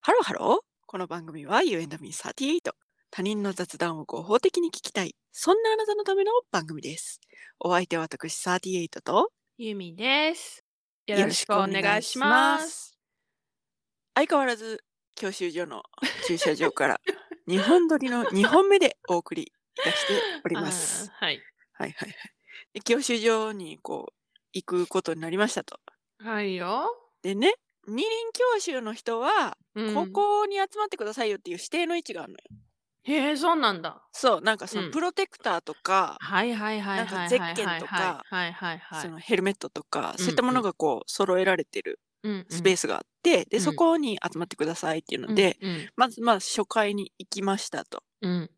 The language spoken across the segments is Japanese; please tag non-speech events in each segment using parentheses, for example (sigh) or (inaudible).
ハローハロー。この番組は You and me38。他人の雑談を合法的に聞きたい。そんなあなたのための番組です。お相手は私38とゆみです。よよろろししくくおお願願いいししま。ますす。相変わらず教習所の駐車場 (laughs) から日本撮りの2本目でお送りいたしておりあまーす。はい。はいはいはい。で教習所にこう行くことになりましたと。はいよ。でね、二輪教習の人はうこん。こに集まってくださいよっていう指定の位置があるのよ。へえ、そうなんだ。そう、なんかそうのん。プロテクターとか、はいはいはないんかはいゼッはいケンはいとはいか、はいはいはそい。のヘルメットとか、うそういったんもうのんがこう揃えられてるうんうスペーんスがあって、で、うそんこに集まってくださいっていうのうんで、うんまずまあ初回に行きましたと。うん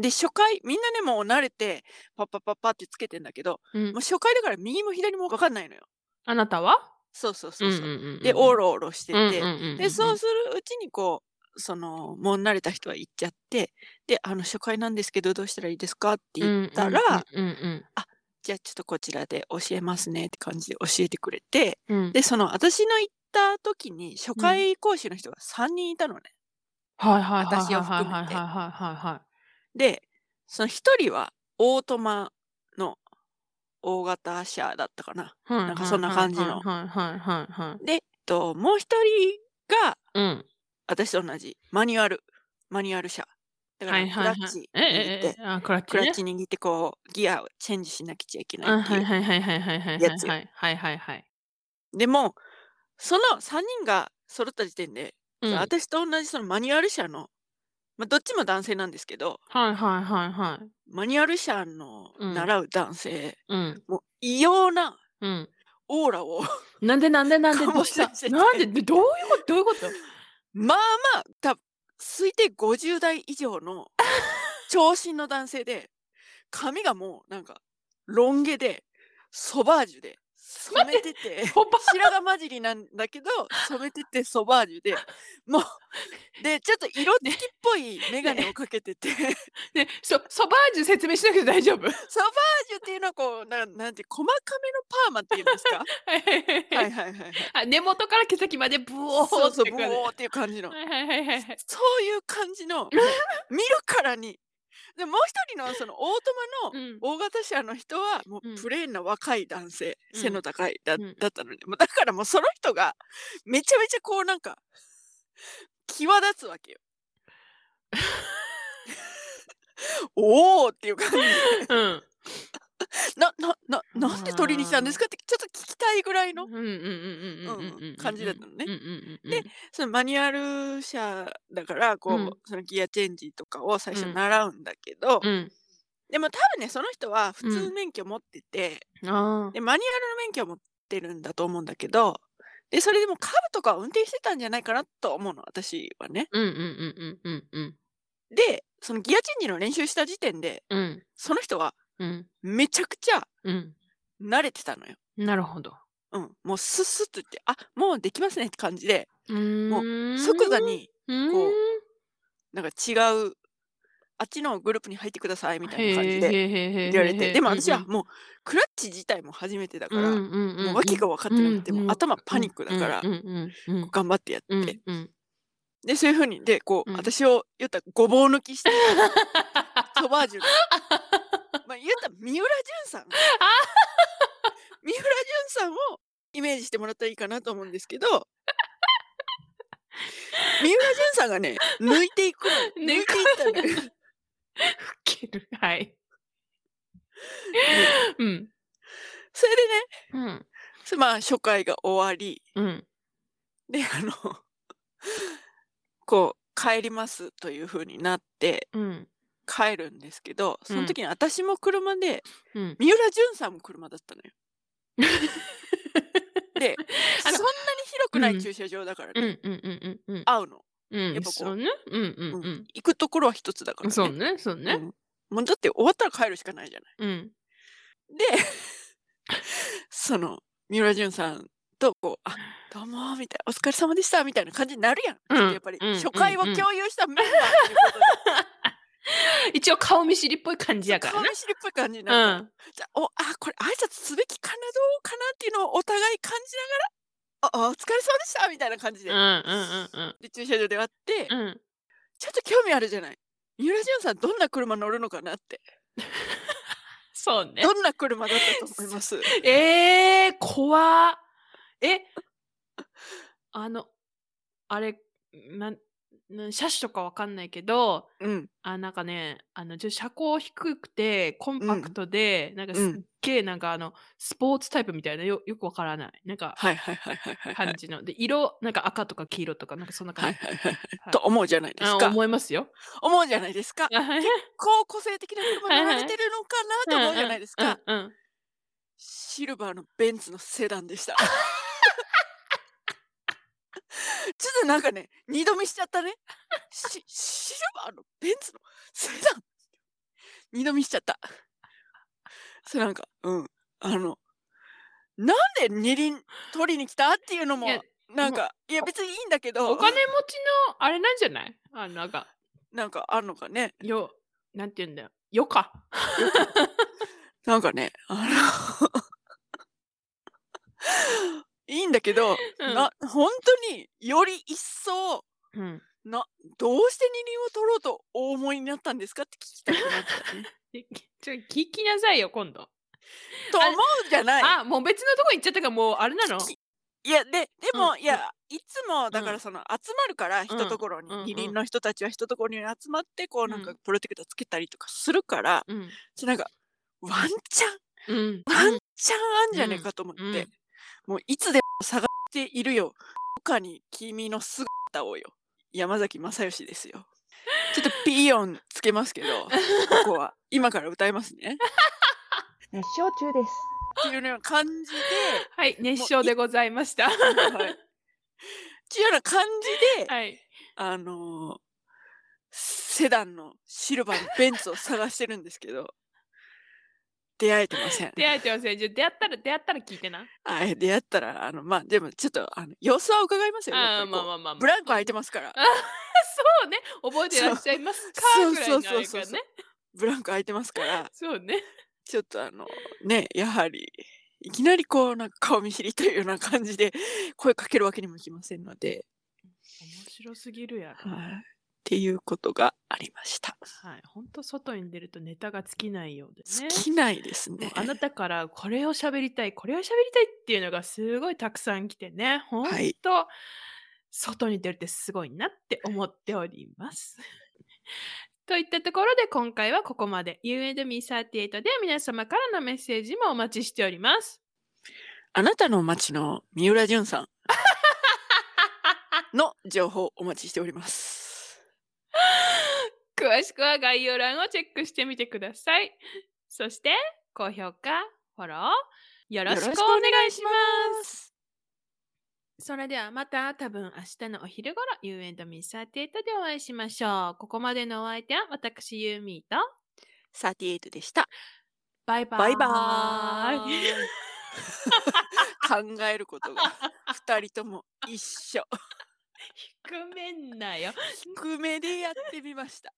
で、初回、みんなね、もう慣れて、パッパッパッパってつけてんだけど、うんもう初回だから右も左もわかんないのよ。あなたはそうそうそううんうそんう。うんで、おろおろしてうんうんうんて、うんで、うんうそうんするうちにこう、その、もう慣れた人は行っちゃって、で、あの、初回なんですけど、どうしたらいいですかってう言っんうたんうんら、うんあ、じゃあちょっとこちらで教えますねって感じで教えてくれて、うんうんで、その私の行った時に初うん回講師の人が3人いたのね。はいはいはい私はをいは含いめはいて。はいはいはで、その1人はオートマの大型車だったかな。いはいなんかはそいんなはい感じの。はいはいはいはいで、えっと、もう1人がうん私と同じマニュアル、マニュアル車。だかはらいクはいラッはいチえ握っええて、えあクラックチラッねチ握ってこうギアをチェンジしなくちゃいけないっあてはいいうはいはいはいはいはいやはいつよ。はいはいはいはいでも、その3人が揃った時点で、うそのん私と同じそのマニュアル車の、まあ、どっちも男性なんですけど、はいはいはいはい。マニュアル車のうん、習う男性、うん、もう異様なうん。オーラを (laughs) なんでなんでなんでど醸うしした出なんて、ででどういうことどういうことまあまあ、た推定50代以上 (laughs) の長身の男性で、髪がもうなんかロン毛で、ソバージュで、染待めって、てて、そば、白髪混じりなんだけど、染めててソバージュで、もうで、ちょっと色ね、つきっぽいメガネをね、かけてて、ね、そ、そば味説明しなくて大丈夫。はサバージュっていうのはこう、ななんて、細かめのパーマっていうんですかいはいははいはいい (laughs) はい。はいはい。あ、根元から毛先までブオそーうっそう、てブ感じ。オーっていう感じの。はいはいはいはいはい。そういう感じ (laughs) の、もう、見るからに。で、もう一人のそのオートマのうん、大型車の人は、もううプん、レーンな若い男性、う背のん、高いだ、うん。だったので、もうだからもうその人が、めちゃめちゃこうなんか、際立つわ (laughs) けよ。おーっていう感じで。うん。な、な、な、なんで鳥にしたんですあかってちょっと聞きたいぐらいーの、うんうんうんうんうんうん、うん感じだったのね。うんうんうんうで、んうんそのマニュアル車だから、うんうこんう、そのギアチェンジとかを最う初ん習うんだけど、うんでも多分ね、その人は普う通ん免許持ってて、うんあで、マニュアルの免許を持ってるんだと思うんだけど、で、それでもカブとかを運転してたんじゃないかなと思うの、私はね。ーうんうんうんうんうんで、そのギアチェンジの練習した時点で、うんその人はうんめちゃくちゃうん慣れてたのよ。なるほど。うん、もうスッスッと言って、あ、もうできますねって感じで、うもうーん。即座に、うこーん。う、なんか違う、あっちのグループに入ってくださいみたいな感へじえへでえへ入えれらへれて、えへでもうん私うはん。もうクラッチ自体も初めてだうから、んうんもううん訳が分かっうてなくんて、うもうん頭パうニッんクだうから、んうんうこうん頑張ってやっうんて。うん。 (laughs) で、そういうふうに、で、こう、うん私を言ったらごぼう抜き (laughs) して、ソバージュで、まあ言ったら三浦淳さん、あ三浦淳さんをイメージしてもらったらいいかなと思うんですけど、三浦淳さんがね、抜いていくのよ。抜い猫ていったのよ。が吹ける。はい。ねうん。それでね、うんそまあ初回が終わり、うん。で、あの、 (laughs) こう、帰りますという風になってうん帰るんですけど、うそのん時に私も車で、うん。三浦淳さんも車だったのよ。で、 (laughs) あの、そんなに広くうないん駐車場だからうね、んうんうんうんうん。会うの。うやっん、ぱそうこね。うんう、うん、うん行くところは一つだかうん。らそうね。ね、そううね。ん。もうだって終わったら帰るしかないじゃない。うん。で、 (laughs) その、三浦淳さんと、こう、あ、どうも、みたいな、お疲れ様でした、みたいな感じになるやん。うちょっとやっんぱり、うん初うん回をうん。共有したメンバーということで、一応顔見知りっぽい感じそう、 (laughs) やから顔見知りっぽい感じになるから、な。じゃあ、お、あ、これ挨拶すべきかな、どうかなっていうのをお互い感じながらあ、あお疲れ様でしたみたいな感じうでん、うんうんで駐車場で会って、うんうん。ちょっと興味あるじゃない。ユラジオンさんどんな車乗るのかなって。そうね。どんな車だったと思い (laughs) ます。えー、怖っえ、あの、あれ、なん、なん車種とかわかんないけど、うん。あなんかねあのちょ車高低くてコンパクトで、なんかすうっんげえなんかあのスポーツタイプみたいなよよくわからないなんかはいはいはいはいはい。はい感じの、で色なんか赤とか黄色とかなんかそんなは感いじ、はいはいは。いと思うじゃないですあか。思いま (laughs) すよ。思うじゃないですか。こう個性的な車乗られてるのかなと思うじゃないですか。うんうんうんシルバーのベンツのセダンでした。 (laughs) ちょっとなんかね、二度見しちゃったね。しシルバーのベンツのセダン (laughs) 二度見しちゃった。 (laughs) それなんか、うん。あの、なんで二輪取りに来たっていうのもいや、なんか、いや別にいいんだけど、お金持ちのあれなんじゃないあのなんかなんかあるのかね。よなんて言うんだよよか (laughs) なんかね、あのいいんだけど、うんな、本当により一層、うんな、どうして二輪を取ろうとお思いになったんですかって聞きたくなった (laughs) ね。でちょ聞きなさいよ今度、と思うじゃない。あもう別のとこ行っちゃったからもうあれなのきいや、で、でも、うんいや、いつも、だかうらその、集まるから、一ところに、うんうん二輪の人たちは一ところに集まって、こう、なんうかん、プロテクターつけたりとかするから、うんちょなんか、ワンチャン、うんワンチャンあんじゃねえかと思って、うんもういつでも探しているよ。他に君の姿をよ。山崎正義ですよ。ちょっとピーヨンつけます (laughs) けど、ここは今から歌いますね。熱唱中です。っていうような感じで、はい熱唱でございましたはい、っていうような感じで、はい。あのーセダンのシルバーのベンツを探してるんですけど、出会えてません。出会えてません。じゃあ出会ったら、出会ったら聞いてな。あえ出会ったら、あの、まあ、でもちょっと、あの、様子は伺いますよ。やっぱああ、りこうまあまあまあ、まあ。ブランク空いてますからあ。そうね。覚えてらっしゃいますかそうぐらいのあれそうそうそうがそうね。ブランク空いてますから、そうね。ちょっとあの、ね、やはり、いきなりこう、なんか顔見知りというような感じで、声かけるわけにもいきませんので、面白すぎるやろ。はい。っていうことがありました。はい。ほんと外に出るとネタが尽きないようで尽。ねきないですもうね。あなたからこれを喋りたい、これを喋りたいっていうのがすごいたくさん来てね。ほんと、はい外に出るってすごいなって思っております。 (laughs) といったところで今回はここまで。You and me38 では皆様からのメッセージもお待ちしております。あなたの街の三浦淳さんの情報お待ちしております。詳しくは概要欄をチェックしてみてください。そして、高評価、フォロー、よろしくお願いします。それではまた多分明日のお昼ごろ You and me38 でお会いしましょう。ここまでのお相手は私ユーミーと38でした。バイバーイ。バイバーイ。 (laughs) 考えることが二人とも一 (laughs) 緒。低めんなよ。低めでやってみました。